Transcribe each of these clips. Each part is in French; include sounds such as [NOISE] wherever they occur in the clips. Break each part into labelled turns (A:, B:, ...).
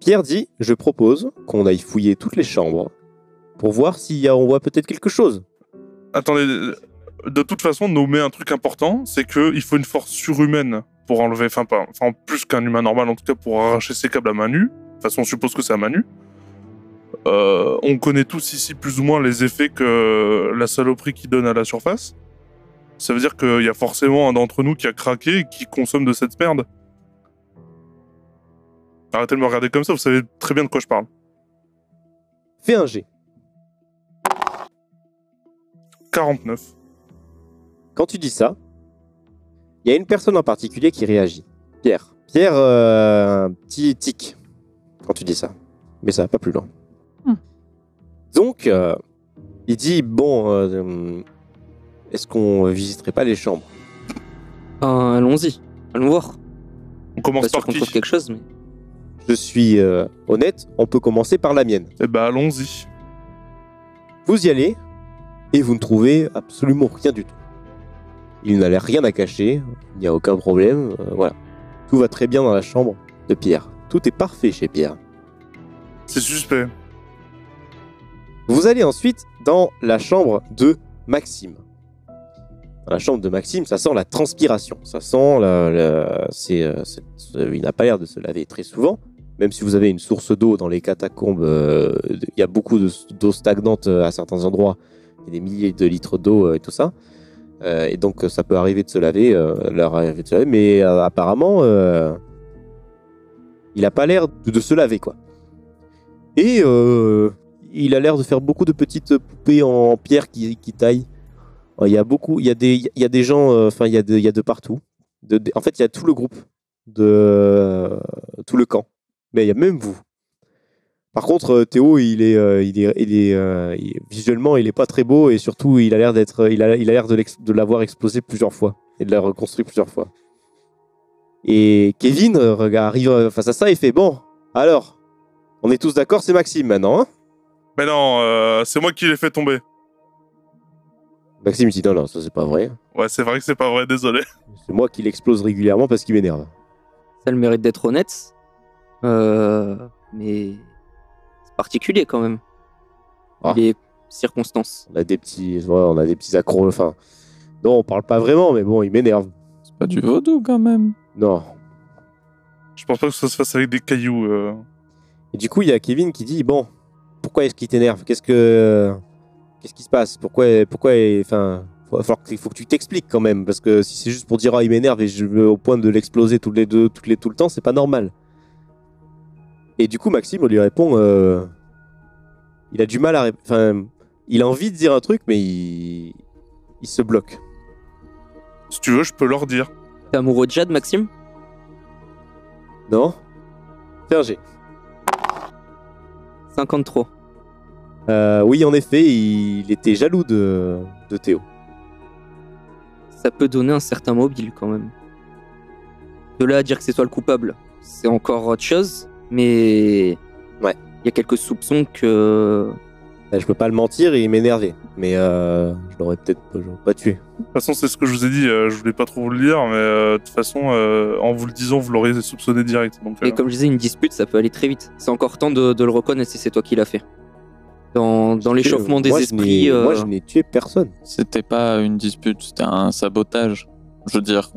A: Pierre dit Je propose qu'on aille fouiller toutes les chambres pour voir si on voit peut-être quelque chose.
B: Attendez, de toute façon, nommer un truc important, c'est qu'il faut une force surhumaine pour enlever, enfin, pas, enfin plus qu'un humain normal en tout cas, pour arracher ces câbles à main nue. De toute façon, on suppose que c'est à main nue. Euh, on connaît tous ici plus ou moins les effets que la saloperie qui donne à la surface. Ça veut dire qu'il y a forcément un d'entre nous qui a craqué et qui consomme de cette merde. Arrêtez de me regarder comme ça, vous savez très bien de quoi je parle.
A: Fais un G.
B: 49.
A: Quand tu dis ça, il y a une personne en particulier qui réagit. Pierre. Pierre, euh, petit tic quand tu dis ça. Mais ça va pas plus loin.
C: Hmm.
A: Donc, euh, il dit Bon, euh, est-ce qu'on visiterait pas les chambres
D: Ben, allons-y. Allons voir.
B: On commence
D: Pas sûr
B: par
D: qu'on
B: qui
D: trouve quelque chose, mais.
A: Je suis euh, honnête, on peut commencer par la mienne.
B: Eh ben allons-y.
A: Vous y allez et vous ne trouvez absolument rien du tout. Il n'a l'air rien à cacher, il n'y a aucun problème, euh, voilà. Tout va très bien dans la chambre de Pierre. Tout est parfait chez Pierre.
B: C'est suspect.
A: Vous allez ensuite dans la chambre de Maxime. Dans la chambre de Maxime, ça sent la transpiration. Ça sent la. la- c'est, euh, c'est- euh, il n'a pas l'air de se laver très souvent. Même si vous avez une source d'eau dans les catacombes, euh, de- il y a beaucoup de- d'eau stagnante euh, à certains endroits. Il y a des milliers de litres d'eau euh, et tout ça. Euh, et donc, euh, ça peut arriver de se laver, euh, leur arriver de se laver. Mais euh, apparemment, euh, il n'a pas l'air de, de se laver, quoi. Et euh, il a l'air de faire beaucoup de petites poupées en pierre qui, qui taillent. Euh, Il y a beaucoup, il y a des, il y a des gens, euh, enfin il y a de, il y a de partout. De- de- en fait, il y a tout le groupe de euh, tout le camp, mais il y a même vous. Par contre, euh, Théo, il est, euh, il est, il est, euh, il- visuellement, il est pas très beau et surtout, il a l'air d'être, il a, il a l'air de, l'ex- de l'avoir explosé plusieurs fois et de la reconstruit plusieurs fois. Et Kevin euh, regarde- arrive euh, face à ça et fait bon, alors, on est tous d'accord, c'est Maxime maintenant. hein
B: Mais non, euh, c'est moi qui l'ai fait tomber.
A: Maxime il dit non, non, ça c'est pas vrai.
B: Ouais, c'est vrai que c'est pas vrai, désolé. [LAUGHS]
A: C'est moi qui l'explose régulièrement parce qu'il m'énerve.
D: Ça a le mérite d'être honnête. Euh, mais c'est particulier quand même.
A: Ah.
D: Les circonstances.
A: On a des petits, ouais, on a des petits accros. Enfin, non, on parle pas vraiment, mais bon, il m'énerve.
C: C'est pas du vaudou quand même.
A: Non.
B: Je pense pas que ça se fasse avec des cailloux. euh.
A: Et du coup, il y a Kevin qui dit bon, pourquoi est-ce qu'il t'énerve Qu'est-ce que, qu'est-ce qui se passe Pourquoi, pourquoi, enfin, faut, va falloir que- faut que tu t'expliques quand même, parce que si c'est juste pour dire ah il m'énerve et je vais au point de l'exploser tous les deux, toutes les tout le temps, c'est pas normal. Et du coup, Maxime lui répond, euh, il a du mal à, ré- enfin, il a envie de dire un truc, mais il, il se bloque.
B: Si tu veux, je peux leur dire.
D: T'es amoureux de Jade, Maxime
A: Non Fais un G.
D: 53.
A: Euh, oui, en effet, il était jaloux de, de Théo.
D: Ça peut donner un certain mobile quand même. De là à dire que c'est toi le coupable, c'est encore autre chose, mais.
A: Ouais.
D: Il y a quelques soupçons que.
A: Euh, Je peux pas le mentir, il m'énervait. Mais euh, je l'aurais peut-être pas, j'aurais pas tué.
B: De toute façon, c'est ce que je vous ai dit. euh, je voulais pas trop vous le dire, mais euh, de toute façon, euh, en vous le disant, vous l'auriez soupçonné direct. Donc, euh,
D: Et comme je disais, une dispute, ça peut aller très vite. C'est encore temps de, de le reconnaître si c'est toi qui l'as fait. Dans, dans l'échauffement des
A: Moi, je
D: esprits.
A: n'ai-
D: euh,
A: Moi, je n'ai tué personne.
C: C'était pas une dispute, c'était un sabotage. Je veux dire,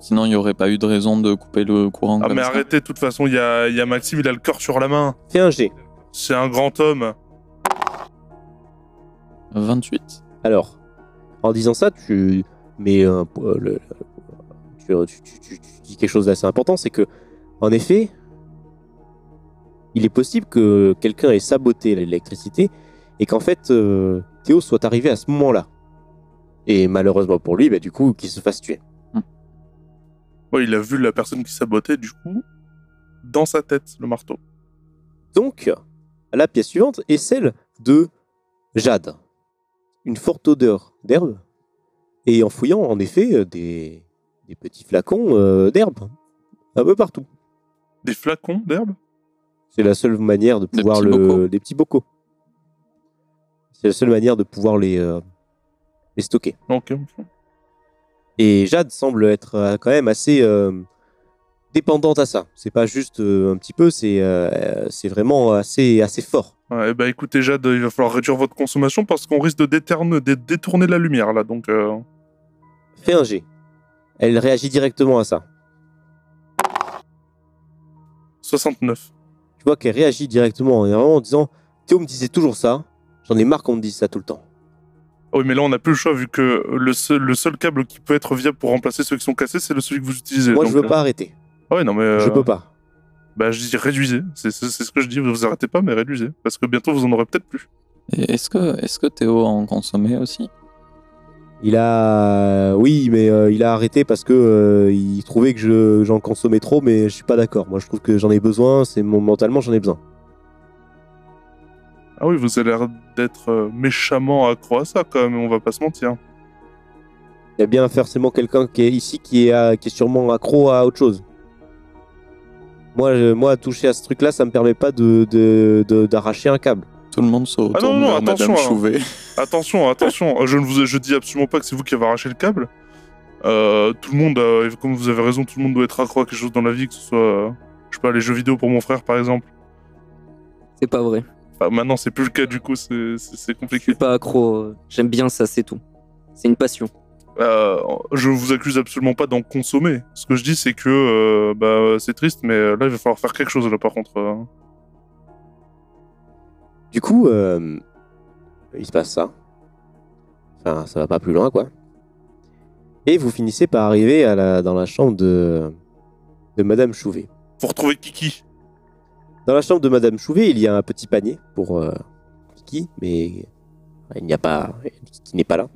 C: sinon il y aurait pas eu de raison de couper le courant.
B: Ah,
C: comme
B: mais
C: ça.
B: arrêtez, de toute façon, il y a, il y a Maxime, il a le cœur sur la main.
A: Fais un G.
B: C'est un grand homme.
C: 28.
A: Alors, en disant ça, tu mets un po- euh, le- le- tu, tu- tu- tu- tu dis quelque chose d'assez important, c'est que, en effet, il est possible que quelqu'un ait saboté l'électricité et qu'en fait, euh, Théo soit arrivé à ce moment-là. Et malheureusement pour lui, bah, du coup, qu'il se fasse tuer.
B: Ouais, il a vu la personne qui sabotait, du coup, dans sa tête, le marteau.
A: Donc, la pièce suivante est celle de Jade. Une forte odeur d'herbe. Et en fouillant, en effet, euh, des, des petits flacons euh, d'herbe. Un peu partout.
B: Des flacons d'herbe
A: C'est la seule manière de
C: Des
A: pouvoir
C: petits
A: le,
C: bocaux.
A: les petits bocaux. C'est la seule manière de pouvoir les, euh, les stocker.
B: Ok. ok.
A: Et Jade semble être euh, quand même assez euh, dépendante à ça. C'est pas juste euh, un petit peu, c'est euh, c'est vraiment assez, assez fort.
B: Ouais, eh ben, écoutez, Jade, il va falloir réduire votre consommation parce qu'on risque de, déterne- de détourner la lumière, là. Donc, euh,
A: Fais un G. Elle réagit directement à ça.
B: 69.
A: Tu vois qu'elle réagit directement en, en disant Théo me disait toujours ça, j'en ai marre qu'on me dise ça tout le temps.
B: Ah Oui, mais là, on n'a plus le choix vu que le seul, le seul câble qui peut être viable pour remplacer ceux qui sont cassés, c'est le celui que vous utilisez.
A: Moi,
B: donc,
A: je veux
B: euh,
A: pas arrêter.
B: ah ouais, non, mais.
A: Je
B: euh,
A: peux pas.
B: Bah, je dis réduisez. C'est c'est- c'est ce que je dis. Vous arrêtez pas, mais réduisez. Parce que bientôt, vous en aurez peut-être plus.
C: Et Est-ce que, est que Théo a en consommé aussi
A: Il a. Oui, mais euh, il a arrêté parce que euh, il trouvait que je- j'en consommais trop, mais je suis pas d'accord. Moi, je trouve que j'en ai besoin, c'est mon... mentalement, j'en ai besoin.
B: Ah oui, vous avez l'air d'être euh, méchamment accro à ça, quand même. On va pas se mentir.
A: Il y a bien forcément quelqu'un qui est ici qui est, à- qui est sûrement accro à autre chose. Moi, je- moi toucher à ce truc-là, ça me permet pas de- de- de- d'arracher un câble.
C: Tout le monde se retourne
B: Ah non, non,
C: vers Madame
B: attention, hein.
C: Chouvet.
B: Attention, attention. Euh, je ne vous je dis absolument pas que c'est vous qui avez arraché le câble. Euh, tout le monde, euh, et comme vous avez raison, tout le monde doit être accro à quelque chose dans la vie, que ce soit, euh, je sais pas, les jeux vidéo pour mon frère, par exemple.
D: C'est pas vrai.
B: Enfin, maintenant, c'est plus le cas, du coup, c'est- c'est c'est
D: Je
B: compliqué.
D: suis pas accro. euh, J'aime bien ça, c'est tout. C'est une passion.
B: Euh, je vous accuse absolument pas d'en consommer. Ce que je dis, c'est que euh, bah, c'est triste, mais euh, là, il va falloir faire quelque chose, là, par contre. euh.
A: Du coup, euh, il se passe ça. Enfin, ça va pas plus loin, quoi. Et vous finissez par arriver à la- dans la chambre de, de Madame Chouvet.
B: Faut retrouver Kiki.
A: Dans la chambre de Madame Chouvet, il y a un petit panier pour euh, Kiki, mais il n'y a pas. Kiki n'est pas là.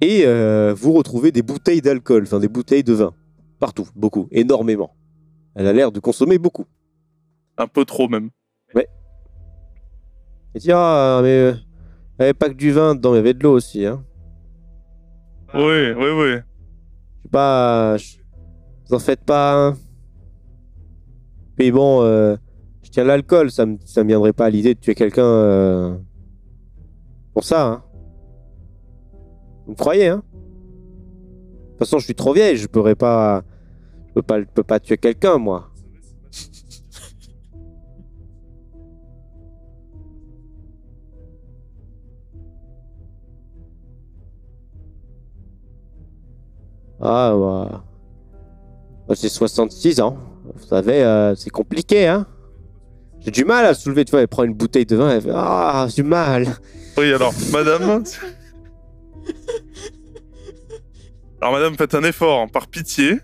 A: Et euh, vous retrouvez des bouteilles d'alcool, enfin des bouteilles de vin. Partout, beaucoup, énormément. Elle a l'air de consommer beaucoup.
B: Un peu trop, même.
A: Elle dit Ah, mais euh, il n'y avait pas que du vin dedans, il y avait de l'eau aussi. Hein.
B: Oui, oui, oui.
A: Je sais pas. je- Vous en faites pas. hein. Mais bon, euh, je tiens l'alcool, ça me, ça me viendrait pas à l'idée de tuer quelqu'un euh, pour ça. hein. Vous me croyez, hein De toute façon, je suis trop vieille, je pourrais pas. Je peux pas, je peux pas tuer quelqu'un, moi. Ah, bah. Moi, J'ai 66 ans. Vous savez, euh, c'est compliqué, hein. J'ai du mal à soulever, tu vois. Elle prend une bouteille de vin, elle fait Ah, j'ai du mal.
B: Oui, alors,
A: [LAUGHS]
B: madame. alors, madame, faites un effort, hein. par pitié.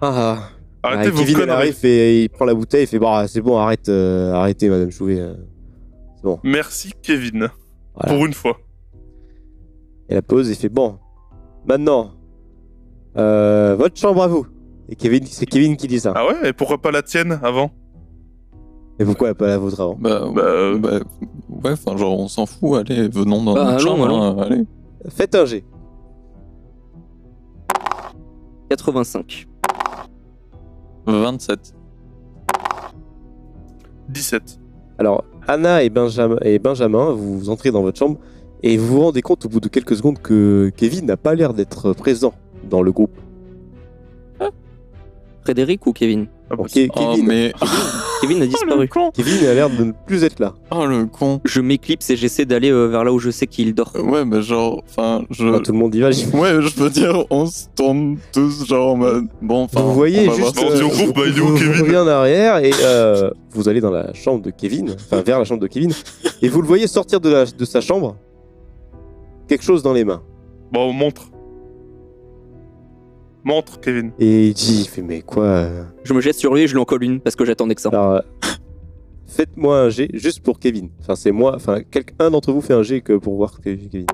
A: Ah.
B: Arrêtez
A: Ah,
B: vos
A: Kevin, elle
B: conneries.
A: arrive et il prend la bouteille et fait Bah, c'est bon, arrête, euh, arrêtez, madame Chouvet. euh.
B: Merci, Kevin.
A: Voilà.
B: Pour une fois.
A: Et la pause, il fait Bon, maintenant, euh, votre chambre à vous. Et Kevin, c'est Kevin qui dit ça.
B: Ah ouais, et pourquoi pas la tienne avant
A: Et pourquoi elle pas la vôtre avant
C: Bah,
B: Bah, euh,
C: bah, ouais, enfin, genre, on s'en fout, allez, venons dans
D: Bah,
C: notre
D: allons,
C: chambre,
D: allons.
C: hein, allez.
A: Faites un G.
D: 85.
C: 27.
B: 17.
A: Alors, Anna et, Benjam- et Benjamin, vous, vous entrez dans votre chambre et vous vous rendez compte au bout de quelques secondes que Kevin n'a pas l'air d'être présent dans le groupe.
D: Frédéric ou Kevin
B: Ah bah,
A: Ok,
C: Oh,
A: Kevin,
C: mais. [LAUGHS]
D: Kevin a
C: Oh, le
D: disparu.
C: con
A: Kevin a l'air de ne plus être là.
C: Oh, le con
D: je m'éclipse et j'essaie d'aller euh, vers là où je sais qu'il dort.
C: Ouais, bah, genre, enfin, je.
B: Euh,
A: Enfin, tout le monde y va, j'imagine.
C: Ouais, je peux dire, on se tourne tous, genre, en mode, Bon, enfin.
A: vous voyez
C: on va voir
A: juste. euh,
C: ce qu'on
B: On dit au
A: vous-
B: groupe, bah, il est où,
A: vous- vous
B: Kevin
A: revenez en arrière et euh, vous allez dans la chambre de Kevin, enfin vers la chambre de Kevin, et vous le voyez sortir de, la- de sa chambre, quelque chose dans les mains.
B: Bon, montre. Montre, Kevin.
A: Et il dit, il fait, mais quoi euh
D: Je me jette sur lui et je lui en colle une parce que j'attendais que ça.
A: Alors, euh, faites-moi un G juste pour Kevin. Enfin, c'est moi, enfin, quelqu'un d'entre vous fait un G que pour voir que- Kevin.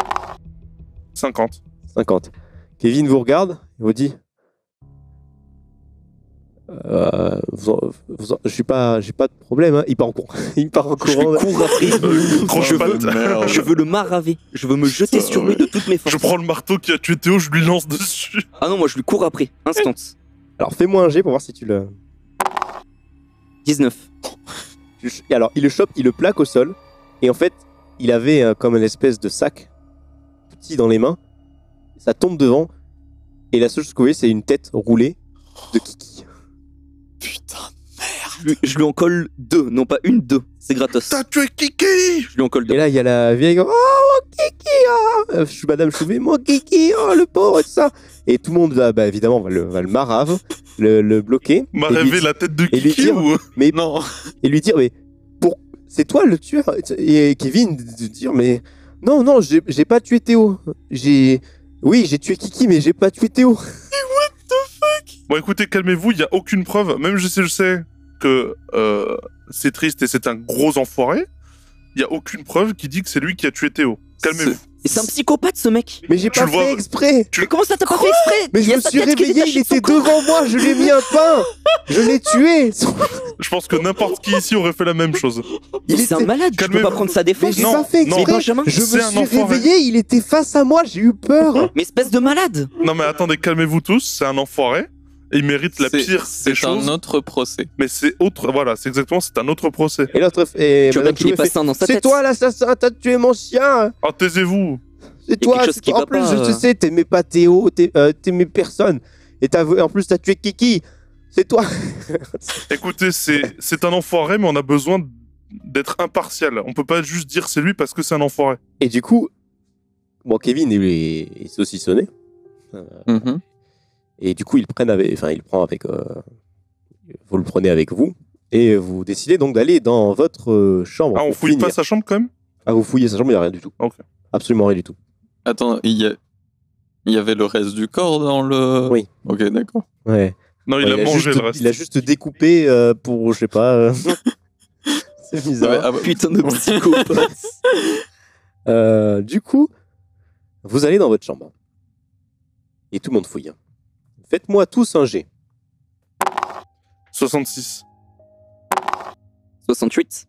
B: 50.
A: 50. Kevin vous regarde et vous dit Euh, vous en- vous en- j'ai pas j'ai pas de problème hein. il part en courant [LAUGHS] il part en
D: Je
A: courant
D: cours après.
A: [LAUGHS]
B: Euh, croche
D: je,
B: pas
D: veux,
B: de-
C: Merde.
D: je veux le maraver. Je veux me jeter
C: Putain,
D: sur lui
C: ouais.
D: de toutes mes forces.
B: Je prends le marteau qui a tué Théo, je lui lance dessus.
D: Ah non, moi je lui cours après. Instant.
A: alors fais-moi un G pour voir si tu le
D: 19.
A: tu le ch- alors il le chope il le plaque au sol et en fait il avait euh, comme une espèce de sac petit dans les mains ça tombe devant et la seule chose que vous voyez c'est une tête roulée de Kiki.
C: Putain.
D: Je lui- je lui en colle deux, non pas une, deux. C'est gratos.
B: T'as tué Kiki
D: Je lui en colle
A: Et
D: deux.
A: là, il y a la vieille. Oh, mon Kiki ah Euh, Je suis Madame Chouvet, mon Kiki Oh, le pauvre, tout ça Et tout le monde, va, bah, évidemment, va le, va le marave, le, le bloquer.
B: M'a
A: et lui
B: rêvé
A: dire-
B: la tête de
A: et lui
B: Kiki
A: dire-
C: hein,
B: ou...
C: Non.
A: et lui dire mais pour c'est toi le tueur et Kevin de dire mais non non j'ai j'ai pas tué Théo j'ai oui j'ai tué Kiki mais j'ai pas tué Théo
B: Bon, écoutez, calmez-vous, il n'y a aucune preuve. Même je sais, je sais que euh, c'est triste et c'est un gros enfoiré. Il n'y a aucune preuve qui dit que c'est lui qui a tué Théo. Calmez-vous.
D: Et C'est un psychopathe ce mec.
A: mais j'ai
B: Tu
A: pas
B: le
A: fait
B: vois-
A: exprès
D: Mais comment ça t'as pas fait exprès
A: mais
D: Il y
A: je
D: a
A: me
D: sa
A: suis
D: tête qui est
A: réveillé il
D: détachée de son
A: était
D: corps.
A: devant moi je lui ai mis un pain je l'ai tué
B: Je pense que n'importe qui ici aurait fait la même chose.
A: il
D: C'est un
A: était
D: malade, tu peux
B: Calmez-vous.
D: pas prendre sa
A: mais
D: défense.
A: j'ai
B: Non,
A: pas fait
B: non.
D: Mais
A: exprès
D: Benjamin,
A: je me
B: c'est un
A: suis
B: enfoiré.
A: réveillé il était face à moi j'ai eu
B: [LAUGHS]
A: peur
D: mais espèce de malade
B: Non, mais attendez, calmez-vous tous, c'est un enfoiré. Et il mérite la
C: C'est-
B: pire des
C: C'est
B: choses.
C: un autre procès.
B: Mais c'est autre. Voilà, c'est exactement, c'est un autre procès.
A: et l'autre et
D: Tu vois pas
A: Madame
D: qu'il est
A: Chouet
D: pas
A: fait,
D: sain dans sa tête.
A: c'est toi l'assassin t'as tué mon chien
B: Ah, taisez-vous.
A: C'est
D: Il y a
A: toi,
D: quelque chose
A: c'est
D: qui
A: toi. En
D: va
A: plus,
D: pas,
A: je
D: euh.
A: sais, t'aimais pas Théo, t'aim- euh, t'aimais personne. Et t'as, en plus, t'as tué Kiki. C'est toi.
B: Écoutez, c'est c'est un enfoiré, mais on a besoin d'être impartial. On peut pas juste dire c'est lui parce que c'est un enfoiré.
A: Et du coup, bon, Kevin est, est saucissonné.
C: Mhm.
A: Et du coup, ils prennent avec, enfin, il prend avec, euh, vous le prenez avec vous. Et vous décidez donc d'aller dans votre euh, chambre.
B: Ah, on
A: pour
B: fouille
A: finir.
B: pas sa chambre quand même
A: Ah, vous fouillez sa chambre, il n'y a rien du tout.
B: Ok.
A: Absolument rien du tout.
C: Attends, il y, a- il y avait le reste du corps dans le.
A: Oui.
C: Ok, d'accord.
A: Ouais.
B: Non, il
A: Ouais,
B: a mangé
A: juste,
B: le reste.
A: Il a juste découpé euh, pour, je sais pas.
B: [LAUGHS]
A: euh, [LAUGHS] C'est bizarre.
C: Ouais, ah bah-
D: [LAUGHS] Putain de
C: Ouais.
A: [LAUGHS]
D: psychopathe.
A: Euh, du coup, vous allez dans votre chambre. Et tout le monde fouille. hein. Faites-moi tous un G.
B: 66.
D: 68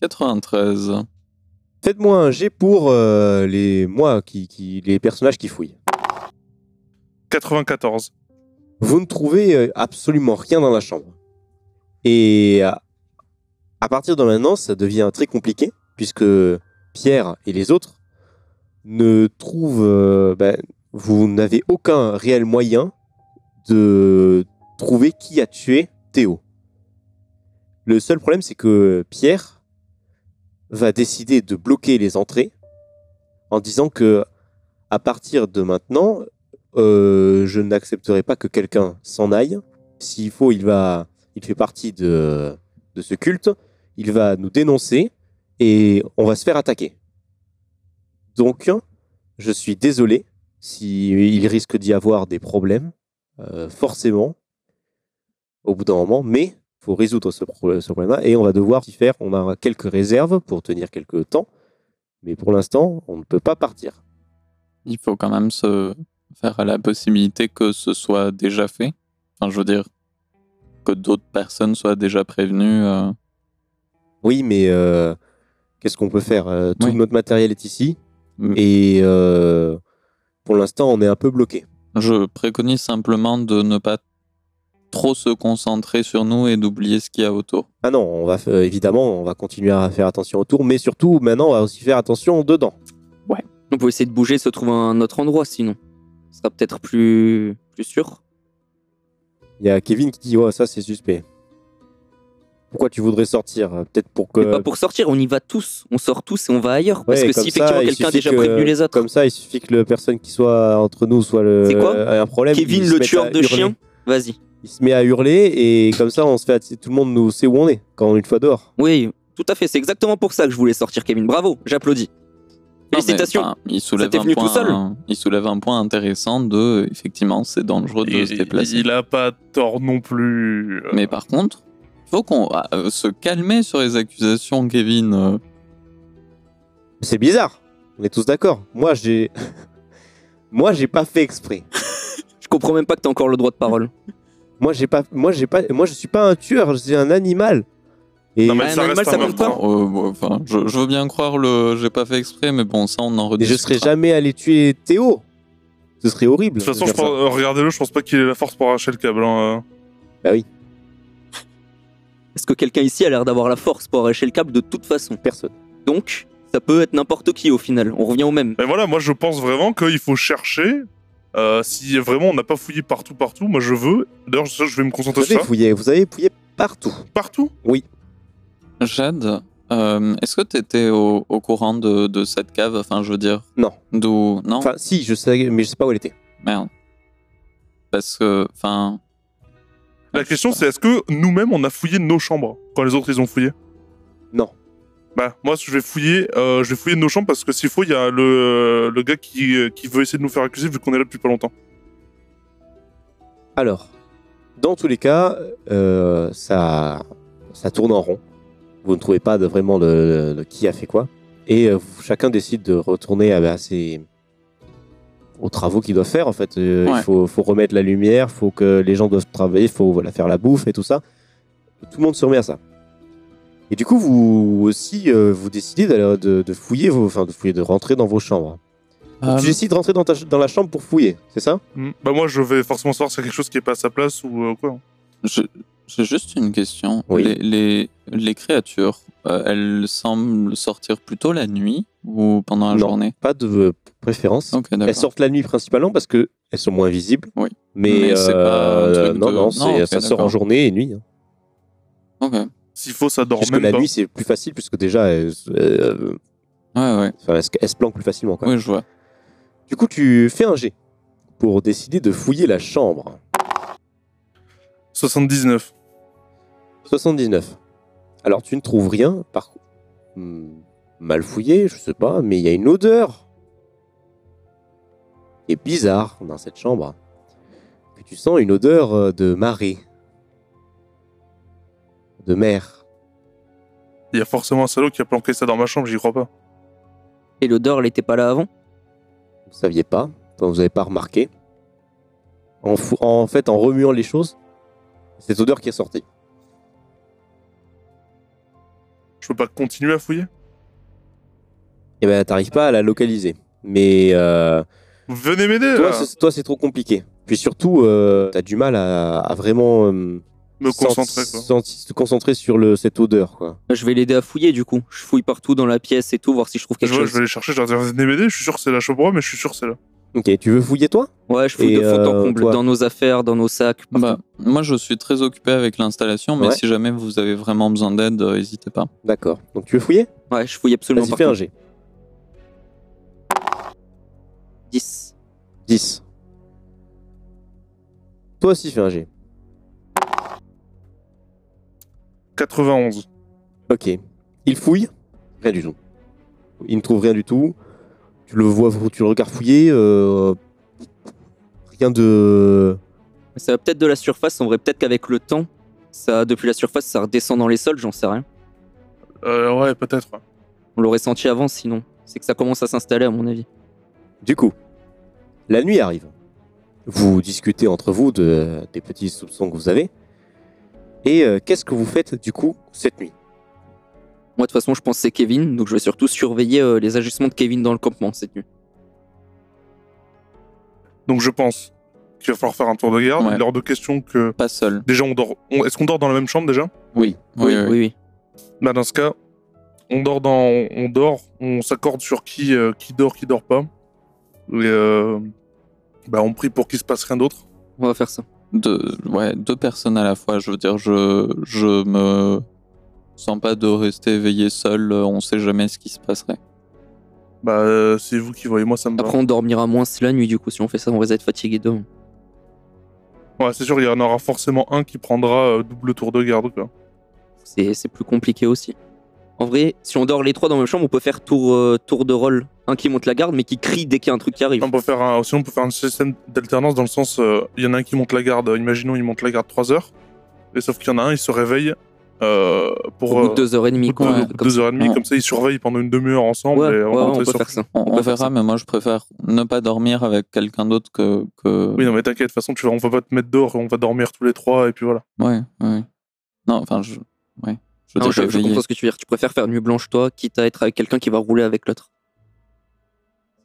C: 93.
A: Faites-moi un G pour euh, les moi qui, qui- les personnages qui fouillent.
B: 94.
A: Vous ne trouvez euh, absolument rien dans la chambre. Et à, à partir de maintenant, ça devient très compliqué puisque Pierre et les autres ne trouvent. euh, ben, vous n'avez aucun réel moyen de trouver qui a tué Théo. Le seul problème, c'est que Pierre va décider de bloquer les entrées en disant que à partir de maintenant, euh, je n'accepterai pas que quelqu'un s'en aille. S'il faut, il va, il fait partie de, de ce culte. Il va nous dénoncer et on va se faire attaquer. Donc, je suis désolé si il risque d'y avoir des problèmes, euh, forcément, au bout d'un moment. Mais faut résoudre ce, pro- ce problème-là et on va devoir y faire. On a quelques réserves pour tenir quelques temps, mais pour l'instant, on ne peut pas partir.
C: Il faut quand même se faire à la possibilité que ce soit déjà fait. Enfin, je veux dire, que d'autres personnes soient déjà prévenues. euh.
A: Oui, mais euh, qu'est-ce qu'on peut faire Euh, Tout
C: Oui.
A: notre matériel est ici
C: Mm.
A: et euh, pour l'instant, on est un peu bloqué.
C: Je préconise simplement de ne pas trop se concentrer sur nous et d'oublier ce qu'il y a autour.
A: Ah non, on va f- euh, évidemment, on va continuer à faire attention autour, mais surtout maintenant, on va aussi faire attention dedans.
D: On peut essayer de bouger, se trouver un autre endroit sinon. Ce sera peut-être plus... plus sûr.
A: Il y a Kevin qui dit ouais, ça c'est suspect. Pourquoi tu voudrais sortir Euh, Peut-être pour que
D: Mais pas pour sortir, on y va tous. On sort tous et on va ailleurs. Parce
A: Ouais,
D: que
A: comme
D: si
A: ça,
D: effectivement
A: il
D: quelqu'un a
A: suffit
D: déjà
A: que-
D: prévenu les autres,
A: Comme ça, il suffit que le personne qui soit entre nous soit le
D: C'est quoi
A: euh, un problème.
D: Kevin
A: il se
D: le
A: met à
D: tueur de
A: hurler.
D: chiens, vas-y.
A: Il se met à hurler et comme ça, on se fait atti- tout le monde nous sait où on est quand une fois dehors.
D: Oui, tout à fait, c'est exactement pour ça que je voulais sortir Kevin. Bravo, j'applaudis.
C: Non, mais,
D: Félicitations.
C: enfin, il, soulève
D: t'est
C: un
D: venu tout
C: point,
D: seul.
C: il soulève un point intéressant de, effectivement, c'est dangereux de se déplacer.
B: il a pas tort non plus. Euh,
C: Mais par contre, faut qu'on ah, euh, se calmer sur les accusations, Kevin. euh.
A: C'est bizarre. On est tous d'accord. Moi, j'ai. [LAUGHS] Moi, j'ai pas fait exprès.
D: Je comprends même pas que t'as encore le droit de parole.
A: Moi, j'ai pas. Moi, j'ai pas. Moi, je suis pas un tueur. Je suis un animal. Et,
B: Non, mais
D: Ah,
B: ça
D: un
B: reste
D: animal,
B: un
D: ça compte pas.
B: enfant.
C: Euh, bon, enfin, je, je veux bien croire le, j'ai pas fait exprès, mais bon, ça on en
A: et je
C: rediscutera.
A: serais jamais allé tuer Théo. Ce serait horrible.
B: De toute façon,
A: de
B: je
A: faire
B: pense- euh, regardez-le, je pense pas qu'il ait la force pour arracher le câble. hein, euh.
D: Est-ce que quelqu'un ici a l'air d'avoir la force pour arracher le câble de toute façon
A: ça. Personne.
D: Donc, ça peut être n'importe qui au final. On revient au même.
B: Mais voilà, moi je pense vraiment qu'il faut chercher Euh, si vraiment on n'a pas fouillé partout, partout, moi je veux. D'ailleurs, ça, je vais me concentrer
A: Vous
B: sur
A: avez
B: ça.
A: fouillé, vous avez fouillé partout.
B: Partout
C: Jade, euh, est-ce que tu étais au, au courant de, de cette cave Enfin, je veux dire.
A: Non.
C: D'où. Non
A: Enfin, si, je sais, mais je sais pas où elle était.
C: Merde. Parce que. Enfin.
A: Ah,
B: La question, c'est est-ce que nous-mêmes, on a fouillé nos chambres quand les autres, ils ont fouillé
A: Non.
B: Bah, moi, je vais fouiller, euh, je vais fouiller nos chambres parce que s'il faut, il y a le, le gars qui, euh, qui veut essayer de nous faire accuser vu qu'on est là depuis pas longtemps.
A: Alors, dans tous les cas, euh, ça, ça tourne en rond. Vous ne trouvez pas de, vraiment le, le qui a fait quoi. Et euh, vous- chacun décide de retourner à, à ses- aux travaux qu'il doit faire. En fait, Euh,
C: Ouais.
A: il faut, faut remettre la lumière, faut que les gens doivent travailler, il faut voilà, faire la bouffe et tout ça. Tout le monde se remet à ça. Et du coup, vous aussi, euh, vous décidez d'aller- de, de fouiller, vos, enfin de fouiller, de rentrer dans vos chambres.
C: Euh,
A: Tu décides de rentrer dans, ta ch- dans la chambre pour fouiller, c'est ça
B: Hmm. Bah, moi, je vais forcément savoir s'il y a quelque chose qui est pas à sa place ou euh, quoi.
C: Je- J'ai juste une question.
A: Oui.
C: Les, les, les créatures, euh, elles semblent sortir plutôt la nuit ou pendant la
A: Non.
C: journée
A: Pas de euh, préférence.
C: Ok,
A: Elles
C: d'accord.
A: sortent la nuit principalement parce que elles sont moins visibles.
C: Oui.
A: Mais,
C: Mais c'est pas un
A: euh,
C: truc
A: non,
C: de-
A: non,
C: non,
A: c'est-
C: ok,
A: ça sort en
C: d'accord.
A: journée et nuit. hein.
C: Ok. Ouais,
B: S'il faut, ça dort
A: Puisque
B: même
A: la
B: pas.
A: nuit c'est plus facile puisque déjà elles, euh,
C: ouais.
A: enfin, elles se- elles se planquent plus facilement. Quoi.
C: Oui, je vois.
A: Du coup, tu fais un jet pour décider de fouiller la chambre.
B: 79.
A: 79. Alors tu ne trouves rien, par hmm, mal fouillé, je sais pas, mais il y a une odeur qui est bizarre dans cette chambre. Que tu sens une odeur euh, de marée, de mer.
B: Il y a forcément un salaud qui a planqué ça dans ma chambre, j'y crois pas.
D: Et l'odeur, elle n'était pas là avant
A: vous saviez pas, enfin, vous n'avez pas remarqué. En, fou- en fait, en remuant les choses, cette odeur qui est sortie.
B: Je peux pas continuer à fouiller
A: Et ben, t'arrives pas à la localiser. Mais euh,
B: Venez m'aider
A: toi,
B: là
A: c'est- toi, c'est trop compliqué. Puis surtout, euh, t'as du mal à, à vraiment euh,
B: Me
A: senti-
B: concentrer quoi.
A: senti- se concentrer sur le, cette odeur. Quoi.
D: Je vais l'aider à fouiller du coup. Je fouille partout dans la pièce et tout, voir si je trouve
B: Je,
D: quelque
B: vois,
D: chose.
B: je vais aller chercher, je vais dire venez m'aider, je suis sûr que c'est la chambre, mais je suis sûr que c'est là.
A: Ok, tu veux fouiller toi
D: Ouais, je fouille
A: Et,
D: de fond en
A: euh,
D: comble,
A: toi
D: dans nos affaires, dans nos sacs.
C: Bah, moi, je suis très occupé avec l'installation, mais
A: Ouais.
C: si jamais vous avez vraiment besoin d'aide, euh, n'hésitez pas.
A: D'accord. Donc tu veux fouiller
D: Ouais, je fouille absolument
A: Vas-y, fais un
D: partout.
A: G.
D: 10.
A: 10. Toi aussi, fais un G.
B: 91.
A: Ok. Il fouille Rien du tout. Il ne trouve rien du tout. Tu le vois, tu le regardes fouiller. euh, rien de.
D: Ça va peut-être de la surface, en vrai, peut-être qu'avec le temps, ça, depuis la surface, ça redescend dans les sols, j'en sais rien.
B: Euh, ouais, peut-être.
D: On l'aurait senti avant sinon. C'est que ça commence à s'installer, à mon avis.
A: Du coup, la nuit arrive. Vous discutez entre vous de, des petits soupçons que vous avez. Et euh, qu'est-ce que vous faites du coup cette nuit
D: Moi, de toute façon, je pense que c'est Kevin, donc je vais surtout surveiller euh, les ajustements de Kevin dans le campement cette nuit.
B: Donc je pense qu'il va falloir faire un tour de garde.
C: Ouais.
B: Il est hors de question que.
C: Pas seul.
B: Déjà, on dort. on- Est-ce qu'on dort dans la même chambre déjà
A: Oui.
C: Oui, oui.
D: oui.
B: Bah, dans ce cas, on dort dans. On on dort, on s'accorde sur qui, euh, qui dort, qui dort pas. Et euh, bah, on prie pour qu'il se passe rien d'autre.
D: On va faire ça.
C: Deux, ouais, deux personnes à la fois. Je veux dire, je, je me sens pas de rester éveillé seul. euh, On sait jamais ce qui se passerait.
B: Bah, euh, c'est vous qui voyez, moi ça me va.
D: Après, on dormira moins la nuit, du coup. Si on fait ça, on risque d'être fatigué demain.
B: Ouais, c'est sûr, il y en aura forcément un qui prendra euh, double tour de garde, quoi.
D: C'est c'est plus compliqué aussi. En vrai, si on dort les trois dans la même chambre, on peut faire tour, euh, tour de rôle. Un qui monte la garde, mais qui crie dès qu'il y a un truc qui arrive.
B: On peut faire un, aussi, on peut faire un système d'alternance dans le sens, euh, il y en a un qui monte la garde, euh, imaginons, il monte la garde 3 heures, et sauf qu'il y en a un, il se réveille euh, pour.
D: Au bout
B: euh,
D: de deux heures et demie, quoi.
C: ouais,
D: un truc comme ça.
B: 2h30,
C: Ouais.
B: comme ça, ils surveillent pendant une demi-heure ensemble.
D: Ouais,
B: et
D: ouais,
B: on
D: on
B: rentre
D: peut
B: sur-
D: faire ça.
C: On,
D: On
C: on
D: peut faire
C: verra,
D: ça.
C: mais moi, je préfère ne pas dormir avec quelqu'un d'autre que. que...
B: Oui, non, mais t'inquiète, de toute façon, tu vas, on va pas te mettre dehors, on va dormir tous les trois, et puis voilà.
C: Ouais, ouais. Non, enfin, je. Ouais. Je veux
D: Non,
C: dire,
D: je, je
C: éveillé.
D: comprends ce que tu veux dire. Tu préfères faire nuit blanche, toi, quitte à être avec quelqu'un qui va rouler avec l'autre.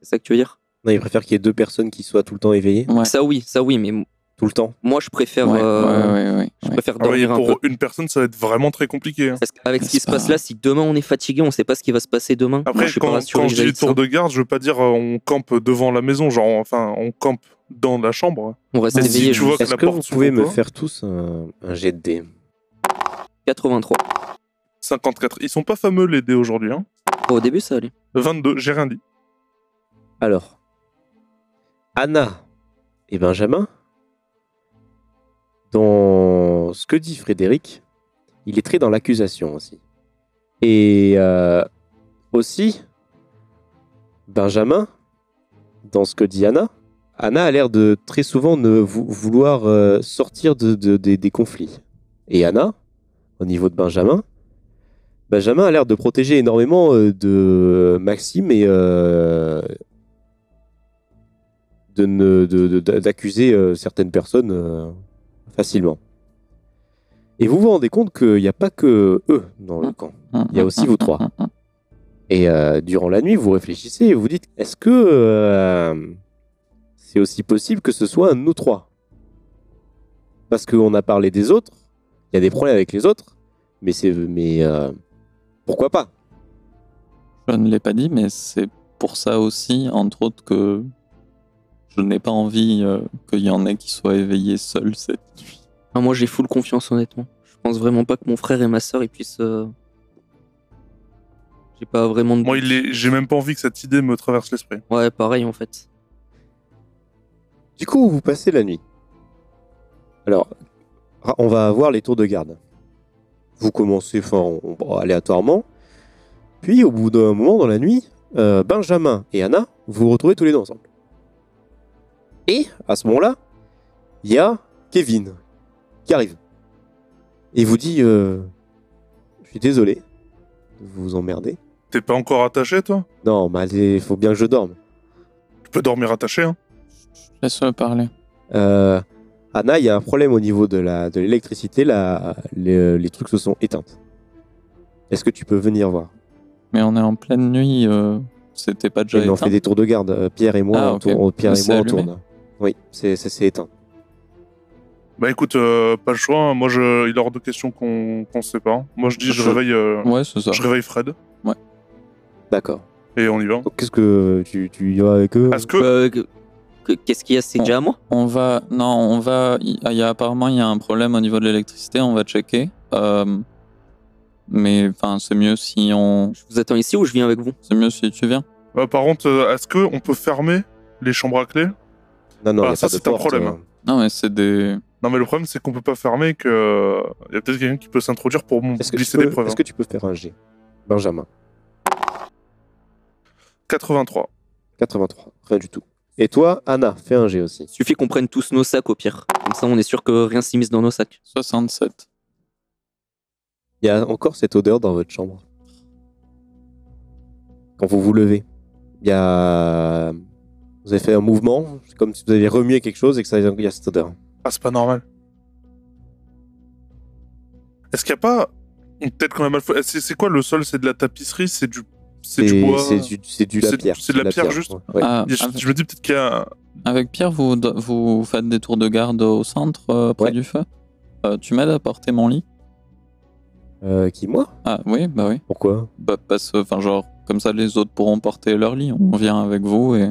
D: C'est ça que tu veux dire
A: Non, il préfère qu'il y ait deux personnes qui soient tout le temps éveillées.
C: Ouais.
D: Ça, oui, ça, oui, mais m-
A: Tout le temps.
D: moi, je préfère,
C: Ouais,
D: euh,
C: ouais, ouais, ouais,
D: Je
C: ouais.
D: préfère
B: Ah ouais, et
D: dormir un peu.
B: pour une personne, ça va être vraiment très compliqué. hein.
D: Parce qu'avec ce
C: C'est
D: qui se passe
C: pas-
D: là, si demain on est fatigué, on sait pas ce qui va se passer demain.
B: Après,
D: Moi, je suis
B: quand,
D: pas rassuré
B: quand je dis
D: vis-à-vis
B: les
D: de ça.
B: tours de garde, je veux pas dire euh, on campe devant la maison, genre, enfin, on campe. dans la chambre.
D: On reste
B: Mais si
D: éveillé.
B: tu
D: je
B: vois
D: pense.
B: que
A: Est-ce
B: la
A: que
B: porte
A: vous
B: s'ouvre
A: pouvez
B: ou
A: me
B: pas
A: faire tous un, un jet de dés
D: 83.
B: 54. Ils sont pas fameux les dés aujourd'hui. Hein.
D: Oh, au début, ça allait.
B: 22, j'ai rien dit.
A: Alors, Anna et Benjamin, dans ce que dit Frédéric, il est très dans l'accusation aussi. Et euh, aussi, Benjamin, dans ce que dit Anna, Anna a l'air de très souvent ne vou- vouloir euh, sortir de- de- des- des conflits. Et Anna, au niveau de Benjamin, Benjamin a l'air de protéger énormément euh, de Maxime et euh, de ne- de- de- d'a- d'accuser euh, certaines personnes euh, facilement. Et vous vous rendez compte qu'il n'y a pas que eux dans le camp. Il y
C: Mm,
A: a aussi vous trois. Et euh, durant la nuit, vous réfléchissez et vous dites est-ce que euh, c'est aussi possible que ce soit un de nous trois Parce qu'on a parlé des autres, il y a des problèmes avec les autres, mais c'est mais euh, pourquoi pas
C: Je ne l'ai pas dit, mais c'est pour ça aussi, entre autres, que je n'ai pas envie euh, qu'il y en ait qui soient éveillés seuls cette nuit.
D: Ah, moi, j'ai full confiance, honnêtement. Je pense vraiment pas que mon frère et ma soeur, ils puissent. euh, J'ai pas vraiment de.
B: Moi, il est... j'ai même pas envie que cette idée me traverse l'esprit.
D: Ouais, pareil, en fait.
A: Du coup, vous passez la nuit. Alors, ra- on va avoir les tours de garde. Vous commencez enfin, on- bon, aléatoirement. Puis, au bout d'un moment dans la nuit, euh, Benjamin et Anna, vous vous retrouvez tous les deux ensemble. Et, à ce moment-là, il y a Kevin qui arrive. Et vous dit euh, Je suis désolé de vous emmerder.
B: T'es pas encore attaché, toi
A: Non, mais il faut bien que je dorme.
B: Tu peux dormir attaché. Hein.
C: Laisse-le parler.
A: Euh, Anna, il y a un problème au niveau de la de l'électricité. la- Les, euh, les trucs se sont éteintes. Est-ce que tu peux venir voir
C: Mais on est en pleine nuit, euh, c'était pas déjà
A: Et On
C: éteint.
A: fait des tours de garde. euh, Pierre et moi,
C: Ah,
A: on
C: ok.
A: tourne- Pierre et
C: C'est
A: moi, on
C: allumé.
A: tourne. Oui, c'est c'est- c'est éteint.
B: Bah écoute, euh, pas le choix. hein. Moi, je... il est hors de question qu'on qu'on se sépare. Moi, je dis, je
C: Je-
B: réveille, euh,
C: Ouais, c'est ça.
B: je réveille Fred
A: D'accord.
B: et on y va.
A: Donc qu'est-ce que tu, tu y vas avec eux
B: Parce que
D: Euh, que- que- Qu'est-ce qu'il y a C'est
C: Bon.
D: déjà à moi
C: On va, non, on va. Il ah, il y a apparemment il y a un problème au niveau de l'électricité. On va checker. Euh, mais enfin, c'est mieux si on.
D: Je vous attends ici ou je viens avec vous
C: C'est mieux si tu viens.
B: Euh, par contre, euh, est-ce qu'on peut fermer les chambres à clé
A: Non, non,
B: Ah,
A: il y a
B: ça,
A: pas de
B: c'est un
A: porte,
B: problème.
A: euh.
C: Non, mais c'est des.
B: Non, mais le problème, c'est qu'on peut pas fermer et que il y a peut-être quelqu'un qui peut s'introduire pour mon-
A: Est-ce que, tu
B: glisser
A: peux-
B: des preuves.
A: est-ce que tu peux faire un G Benjamin,
B: hein. 83.
A: 83. Rien du tout. Et toi, Anna, fais un G aussi.
D: Suffit qu'on prenne tous nos sacs au pire. Comme ça, on est sûr que rien s'immisce dans nos sacs.
C: 67.
A: Il y a encore cette odeur dans votre chambre. Quand vous vous levez, il y a. Vous avez fait un mouvement, c'est comme si vous aviez remué quelque chose et que ça il y a cette odeur.
B: Ah, c'est pas normal. Est-ce qu'il y a pas peut-être qu'on a mal fait- C'est c'est quoi le sol C'est de la tapisserie C'est du c'est du bois.
A: c'est du, c'est du la
B: C'est-
A: pierre.
B: c'est de la pierre, juste
A: ouais.
C: Ah,
B: Je,
C: avec,
B: je me dis peut-être qu'il y a.
C: avec Pierre, vous do- vous faites des tours de garde au centre euh, près
A: Ouais.
C: du feu. Euh, tu m'aides à porter mon lit.
A: Euh, qui moi
C: Ah oui, bah oui.
A: Pourquoi
C: Bah, parce enfin genre comme ça les autres pourront porter leur lit. On vient avec vous et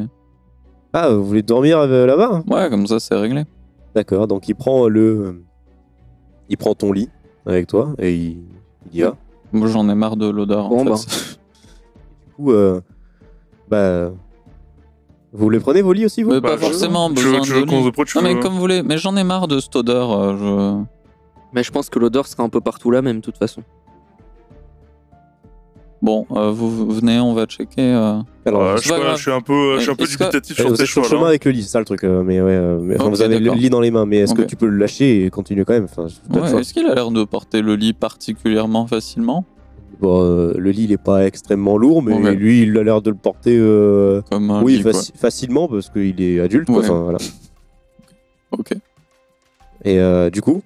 A: Ah, vous voulez dormir euh, là-bas
C: ouais comme ça c'est réglé.
A: D'accord, donc il prend le. euh, Il prend ton lit avec toi et il, il ah, y va.
C: Moi j'en ai marre de l'odeur. en
D: Bon,
C: fait.
D: bah.
A: Du coup, euh, bah. Vous les prenez vos lits aussi, vous
C: [LAUGHS] Mais
B: Bah,
C: Euh, pas
B: je-
C: forcément
B: Tu veux,
C: besoin
B: tu
C: de
B: veux
C: lit.
B: qu'on se pro- tu
C: Non mais
B: veux-
C: comme vous voulez, mais j'en ai marre de cette odeur. euh, je...
D: Mais je pense que l'odeur sera un peu partout là même, de toute façon.
C: Bon, euh, vous vous venez, on va checker. euh.
A: Alors,
B: Ouais,
C: c'est
B: je,
C: pas
B: sais pas,
C: grave.
B: je suis un peu, je suis un peu
C: Est-ce que-
B: dubitatif
A: Euh,
B: sur
A: vous
B: ces
A: êtes sur le
B: choses.
A: chemin
B: là
A: avec le lit, c'est ça le truc. euh, mais ouais, euh, mais, enfin,
C: Ok,
A: vous avez le
C: d'accord.
A: lit dans les mains, mais est-ce
C: Ok.
A: que tu peux le lâcher et continuer quand même Enfin, je- peut-être,
C: Ouais,
A: enfin,
C: Est-ce qu'il a l'air de porter le lit particulièrement facilement
A: bon, euh, le lit, il est pas extrêmement lourd, mais
C: Ouais.
A: lui, il a l'air de le porter euh,
C: comme un
A: oui,
C: lit, quoi.
A: faci- facilement parce qu'il est adulte. quoi,
C: Ouais.
A: enfin, voilà.
C: Ok.
A: Et euh, du coup,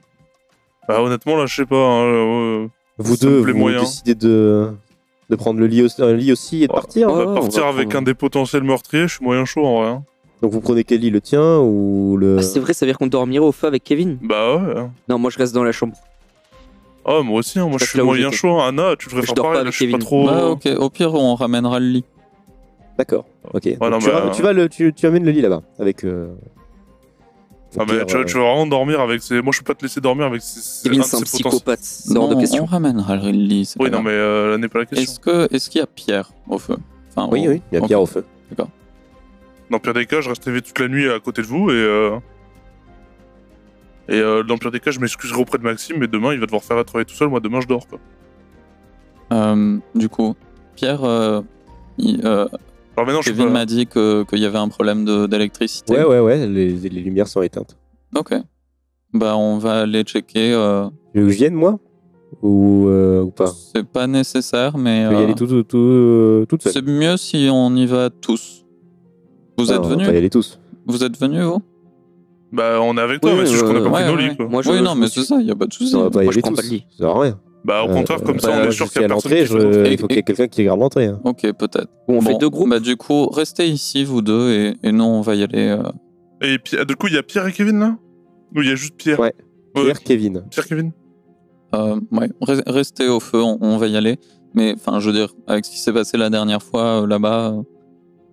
B: Bah, honnêtement, là, je sais pas. hein, euh,
A: vous
B: Ça me
A: deux,
B: plaît
A: vous
B: moyen.
A: décidez de, de prendre le lit aussi, un lit aussi et de
B: Ouais.
A: partir
B: on
D: Ouais,
B: va
D: ouais, on
B: partir
D: va
B: avec
D: prendre-
B: un des potentiels meurtriers. Je suis moyen chaud en vrai. hein.
A: Donc vous prenez quel lit Le tien ou le.
D: Ah, c'est vrai, ça veut dire qu'on dormira au feu avec Kevin
B: Bah ouais.
D: Non, moi, je reste dans la chambre.
B: Ah, moi aussi, hein, moi
D: Je
B: je
D: reste
B: suis
D: là où
B: moyen
D: j'étais.
B: chaud. hein. Anna, tu devrais
D: Je
B: faire
D: dors pas
B: pareil, là,
D: avec
B: je suis pas
D: Kevin.
B: trop.
C: Bah, ok. Au pire, on ramènera le lit.
A: D'accord, ok.
B: non,
A: Donc tu,
B: bah,
A: ra-
B: euh,
A: tu vas le, tu, tu amènes le lit là-bas avec. euh,
B: Ah, mais
A: pire,
B: tu, vas-
A: euh,
B: tu vas vraiment dormir avec ces. Moi, je peux pas te laisser dormir avec ces. ces-
D: Kevin,
B: un de
D: c'est un
B: ces potentiels.
D: psychopathe, c'est hors de
C: Non,
D: question.
C: On ramènera Lily. c'est
B: Oui,
C: pas
B: non,
C: grave.
B: mais euh, là n'est pas la question.
C: Est-ce que est-ce qu'il y a Pierre au feu Enfin,
A: Oui,
C: au-
A: oui, il y a
C: ok.
A: Pierre au feu.
B: Dans le pire des cas, je reste éveillé toute la nuit à côté de vous et. euh, Et euh, dans le pire des cas, je m'excuserai auprès de Maxime, mais demain, il va devoir faire travailler tout seul. Moi, demain, je dors. Quoi.
C: Euh, du coup, Pierre, euh, il- euh,
B: Alors maintenant, je suis
C: Kevin
B: pas...
C: m'a dit que- qu'il y avait un problème de- d'électricité.
A: Ouais, ouais, ouais, les, les lumières sont éteintes.
C: Ok. Bah, on va aller checker. euh,
A: Tu veux que je vienne, moi ou, euh, ou pas
C: c'est pas nécessaire, mais
A: Je peux y
C: euh,
A: aller tout, tout, tout, euh, toute seule.
C: c'est mieux si on y va tous. Vous
A: Ah,
C: êtes
A: on va pas y
C: venus
A: aller tous.
C: Vous êtes venus, vous
B: Bah, on est avec toi,
A: Oui,
B: mais c'est juste qu'on
A: euh,
B: a pas
A: ouais,
B: pris nos
C: ouais.
B: lits. Quoi.
D: Moi, je,
C: oui, non,
D: je
C: mais
D: me suis-
C: c'est ça, il n'y a pas de souci.
A: On va pas y
D: moi, je
A: aller
D: prends pas de
A: tous.
D: lit.
A: Ça sert à rien.
B: Bah, au
A: Euh,
B: contraire, comme ça,
A: bah,
B: on est
A: je
B: sûr
A: suis
B: qu'il y a
A: à
B: personne
A: l'entrée,
B: qui fait
A: je-
C: Et-
A: Il faut qu'il y ait
C: et-
A: quelqu'un qui garde l'entrée. hein.
C: Ok, peut-être.
D: Ou on fait
C: Bon,
D: deux groupes.
C: Bah, du coup, restez ici, vous deux, et, et nous, on va y aller. euh,
B: Et puis, ah, du coup, il y a Pierre et Kevin là Ou il y a juste Pierre
A: Ouais.
B: Ouais,
A: Pierre, Kevin.
B: Pierre, Kevin
C: Euh, ouais, re- restez au feu, on, on va y aller. Mais enfin, je veux dire, avec ce qui s'est passé la dernière fois euh, là-bas, euh,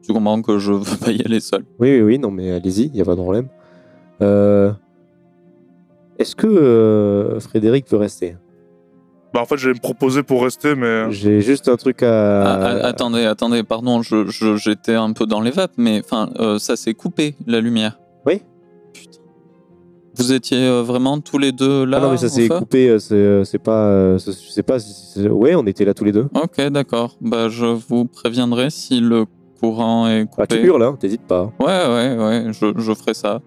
C: tu comprends que je veux pas y aller seul.
A: Oui, oui, oui, non, mais allez-y, il n'y a pas de problème. Euh, Est-ce que euh, Frédéric peut rester
B: Bah, en fait, j'allais me proposer pour rester, mais. euh,
A: J'ai juste un truc à.
C: Ah, ah, attendez, attendez, pardon, je- je- j'étais un peu dans les vapes, mais enfin, euh, ça s'est coupé la lumière.
A: Oui.
C: Putain. Vous étiez euh, vraiment tous les deux là
A: Ah non, mais ça
C: au
A: s'est
C: feu
A: coupé, euh, c'est euh, c'est pas. euh, c'est- c'est pas si- c'est- ouais, on était là tous les deux.
C: Ok, d'accord. Bah, je vous préviendrai si le courant est
A: Ah, tu
C: coupé.
A: hurles, hein, t'hésites pas.
C: ouais, ouais, ouais, je, je ferai ça.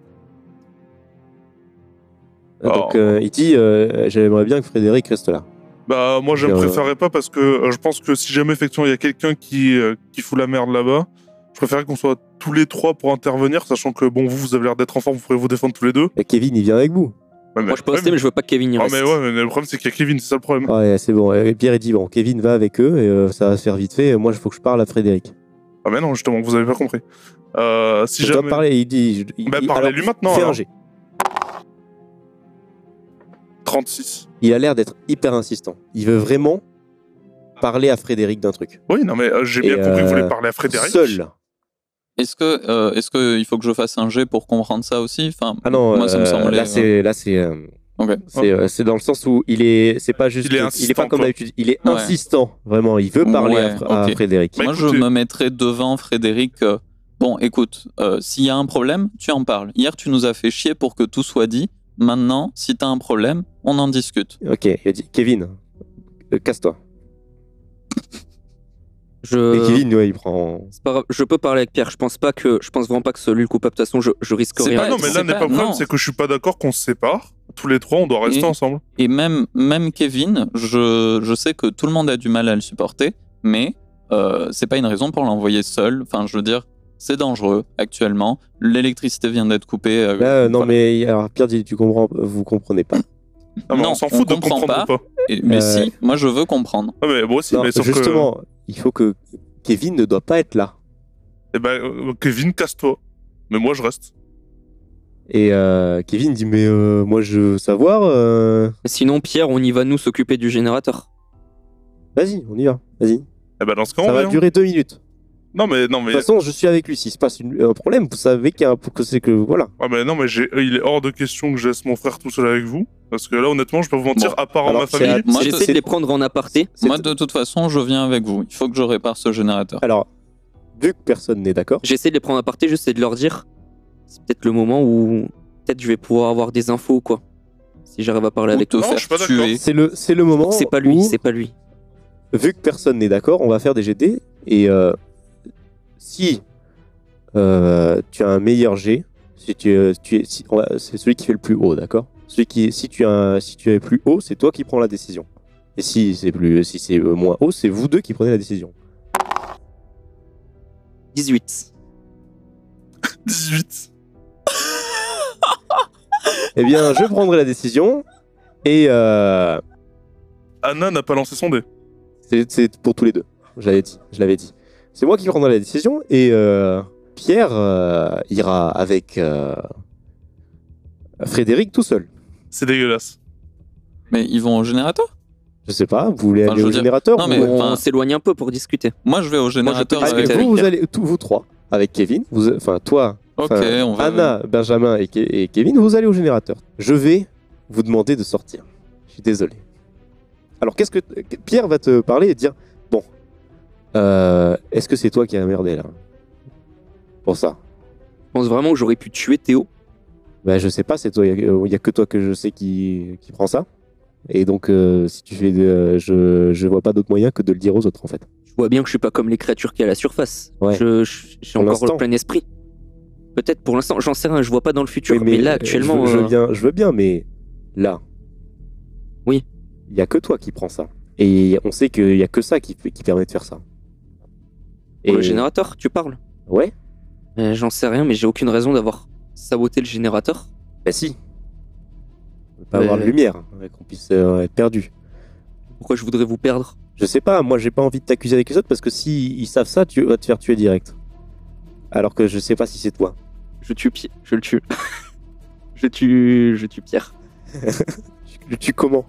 A: Euh,
B: Oh.
A: Donc, euh, il dit euh, J'aimerais bien que Frédéric reste là.
B: Bah, moi, je
A: Euh,
B: me préférerais pas parce que euh, je pense que si jamais, effectivement, il y a quelqu'un qui, euh, qui fout la merde là-bas, je préférerais qu'on soit tous les trois pour intervenir, sachant que, bon, vous, vous avez l'air d'être en forme, vous pourrez vous défendre tous les deux.
A: Et Kevin, il vient avec vous.
B: Ouais,
D: Moi, je peux rester,
B: ouais,
D: mais je veux pas que Kevin
B: mais-
D: y
B: Ah,
D: reste.
B: mais ouais, mais le problème, c'est qu'il y a Kevin, c'est ça le problème.
A: Ouais, c'est bon. Ah, Et Pierre, il dit Bon, Kevin va avec eux et euh, ça va se faire vite fait. Moi, il faut que je parle à Frédéric.
B: Ah, mais non, justement, vous avez pas compris. Euh, si
A: je
B: jamais.
A: dois parler, il dit. je- il-
B: Bah,
A: il-
B: parlez-lui
A: alors,
B: maintenant,
A: fais un
B: alors.
A: jet.
B: 36.
A: Il a l'air d'être hyper insistant. Il veut vraiment parler à Frédéric d'un truc.
B: Oui, non, mais euh, j'ai
A: Et,
B: bien compris que vous
A: euh,
B: voulez parler à Frédéric.
A: Seul.
C: Est-ce que, euh, est-ce que il faut que je fasse un jet pour comprendre ça aussi Enfin,
A: Ah non,
C: moi ça
A: euh,
C: me semblait.
A: là, c'est. Là, c'est euh,
C: Ok.
A: C'est euh, c'est dans le sens où il est, c'est pas juste,
B: Il est
A: pas
B: insistant,
A: comme
B: quoi.
A: d'habitude, il est
C: Ouais.
A: insistant vraiment. Il veut parler à,
C: Ouais,
A: Fr- à
C: ok.
A: Frédéric.
B: Bah,
C: moi je
B: écoutez-
C: me mettrais devant Frédéric. euh, bon, écoute, euh, s'il y a un problème, tu en parles. Hier, tu nous as fait chier pour que tout soit dit. Maintenant, si t'as un problème, on en discute.
A: Ok, il a dit Kevin, euh, casse-toi.
B: Euh,
D: Je...
A: Et Kevin, ouais, il prend.
D: C'est pas grave, je peux parler avec Pierre. Je pense pas que, je pense vraiment pas que celui le coupable. De toute façon, je, je risque
C: C'est
D: rien.
B: Ah non, mais
C: c'est
B: là n'est
C: pas-
B: pas le
C: non.
B: problème, c'est que je suis pas d'accord qu'on se sépare. Tous les trois, on doit rester
C: Et-
B: ensemble.
C: Et même, même Kevin, je, je sais que tout le monde a du mal à le supporter, mais euh, c'est pas une raison pour l'envoyer seul. Enfin, je veux dire, c'est dangereux actuellement. L'électricité vient d'être coupée. euh,
A: Là, euh, non
C: voilà.
A: mais alors Pierre dit, tu comprends, vous comprenez pas.
B: Ah, mais
C: Non,
B: on s'en
C: on
B: fout de
C: comprend
B: comprendre ou pas.
C: Et- mais
A: Euh,
C: si, moi je veux comprendre.
B: Ah, mais moi aussi,
A: Non,
B: mais sauf que.
A: justement, il faut que Kevin ne doit pas être là.
B: Eh ben, euh, Kevin, casse-toi. Mais moi, je reste.
A: Et euh, Kevin dit, mais euh, moi je veux savoir. euh,
D: Sinon, Pierre, on y va nous s'occuper du générateur.
A: Vas-y, on y va. Vas-y.
B: Eh ben, dans ce cas, on
A: Ça va
B: vient.
A: durer deux minutes.
B: Non, mais, non,
A: De
B: mais,
A: toute façon, je suis avec lui. S'il se passe une- un problème, vous savez qu'il y a un- que c'est que voilà.
B: ah, mais, non, mais j'ai- il est hors de question que je laisse mon frère tout seul avec vous. Parce que là, honnêtement, je peux vous mentir,
C: Bon.
B: à part en
A: Alors,
B: ma
A: c'est
B: famille. [LAUGHS]
A: à-
C: Moi, je-
D: J'essaie
A: c'est-
D: de les prendre en aparté.
A: C'est-
C: Moi, de toute façon, je viens avec vous. Il faut que je répare ce générateur.
A: Alors, vu que personne n'est d'accord.
D: J'essaie de les prendre en aparté. Juste, c'est de leur dire. C'est peut-être le moment où peut-être je vais pouvoir avoir des infos ou quoi. Si j'arrive à parler
C: Ou
D: avec
C: te
B: Non, je suis pas
C: faire
B: d'accord.
C: tuer.
A: C'est le, c'est le moment.
D: C'est pas lui,
A: où-
D: c'est pas lui.
A: vu que personne n'est d'accord, on va faire des GD. Et euh, si euh, tu as un meilleur G, si tu, euh, tu es, si- on va- c'est celui qui fait le plus haut, d'accord celui qui, si, tu as, un- si tu es plus haut, c'est toi qui prends la décision. Et si c'est plus, si c'est euh, moins haut, c'est vous deux qui prenez la décision.
D: 18.
B: 18.
A: Eh bien, je prendrai la décision. Et euh,
B: Anna n'a pas lancé son dé.
A: c'est c'est pour tous les deux. Je l'avais dit. Je l'avais dit. C'est moi qui prendrai la décision. Et euh, Pierre euh, ira avec euh, Frédéric tout seul.
B: C'est dégueulasse.
C: Mais ils vont au générateur
A: Je sais pas, vous voulez
C: Enfin,
A: aller
C: je
A: au
C: veux dire-
A: générateur
C: Non,
A: ou-
C: mais-
A: ou-
D: on
C: enfin-
D: s'éloigne un peu pour discuter.
C: Moi, je vais au
D: je peux
C: générateur
A: Ah, mais
D: discuter
C: avec
A: vous,
D: avec
A: vous
D: Pierre.
A: allez tous vous trois avec Kevin, vous enfin toi,
C: Ok,
A: Enfin,
C: on va.
A: Anna, Benjamin et, Ke- et Kevin, vous allez au générateur. Je vais vous demander de sortir. Je suis désolé. Alors, qu'est-ce que Pierre va te parler et dire Bon, euh, est-ce que c'est toi qui as merdé là Pour ça.
D: Je pense vraiment que j'aurais pu tuer Théo.
A: Ben, je sais pas, c'est toi. Il n'y a, que toi que je sais qui, qui prend ça. Et donc, euh, si tu fais, de- je, je vois pas d'autre moyen que de le dire aux autres en fait.
D: Je vois bien que je suis pas comme les créatures qui à la surface.
A: Ouais.
D: Je- je- J'ai
A: Pour
D: encore
A: l'instant.
D: le plein esprit. Peut-être pour l'instant, j'en sais rien, je vois pas dans le futur.
A: Oui,
D: mais, là,
A: euh,
D: actuellement,
A: Je, veux- je
D: euh,
A: veux bien, je veux bien, mais là.
D: Oui.
A: Il n'y a que toi qui prends ça. Et on sait qu'il n'y a que ça qui, qui permet de faire ça.
D: pour le générateur, tu parles.
A: Ouais,
D: Euh, j'en sais rien, mais j'ai aucune raison d'avoir saboté le générateur.
A: bah si. On peut pas
D: Mais-
A: avoir de lumière, hein, qu'on puisse euh, être perdu.
D: Pourquoi je voudrais vous perdre
A: Je sais pas, moi j'ai pas envie de t'accuser avec les autres parce que si ils savent ça, tu vas te faire tuer direct. Alors que je sais pas si c'est toi.
D: Je tue Pierre. Je le tue. [LAUGHS] je tue. Je tue Pierre.
A: Tu, tu comment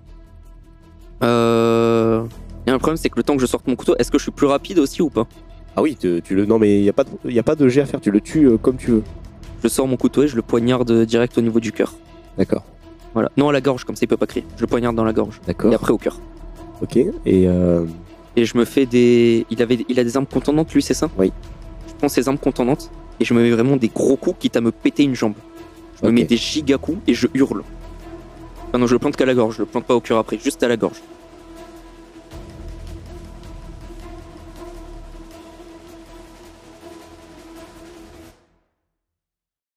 D: Euh. Il y a un problème, c'est que le temps que je sorte mon couteau, est-ce que je suis plus rapide aussi ou pas
A: Ah oui, tu, tu le. Non mais il n'y a, pas de- y a pas de jet à faire, tu le tues euh, comme tu veux.
D: Je sors mon couteau et je le poignarde direct au niveau du cœur.
A: D'accord.
D: Voilà. Non, à la gorge, comme ça il peut pas crier. Je le poignarde dans la gorge.
A: D'accord.
D: Et après au cœur.
A: Ok. Et euh,
D: Et je me fais des. Il, avait... il a des armes contendantes, lui, c'est ça
A: Oui.
D: Je prends ses armes contendantes et je me mets vraiment des gros coups, quitte à me péter une jambe. Je me
A: Ok.
D: Ah mets des giga coups et je hurle. Enfin, non, je le plante qu'à la gorge, je le plante pas au cœur après, juste à la gorge.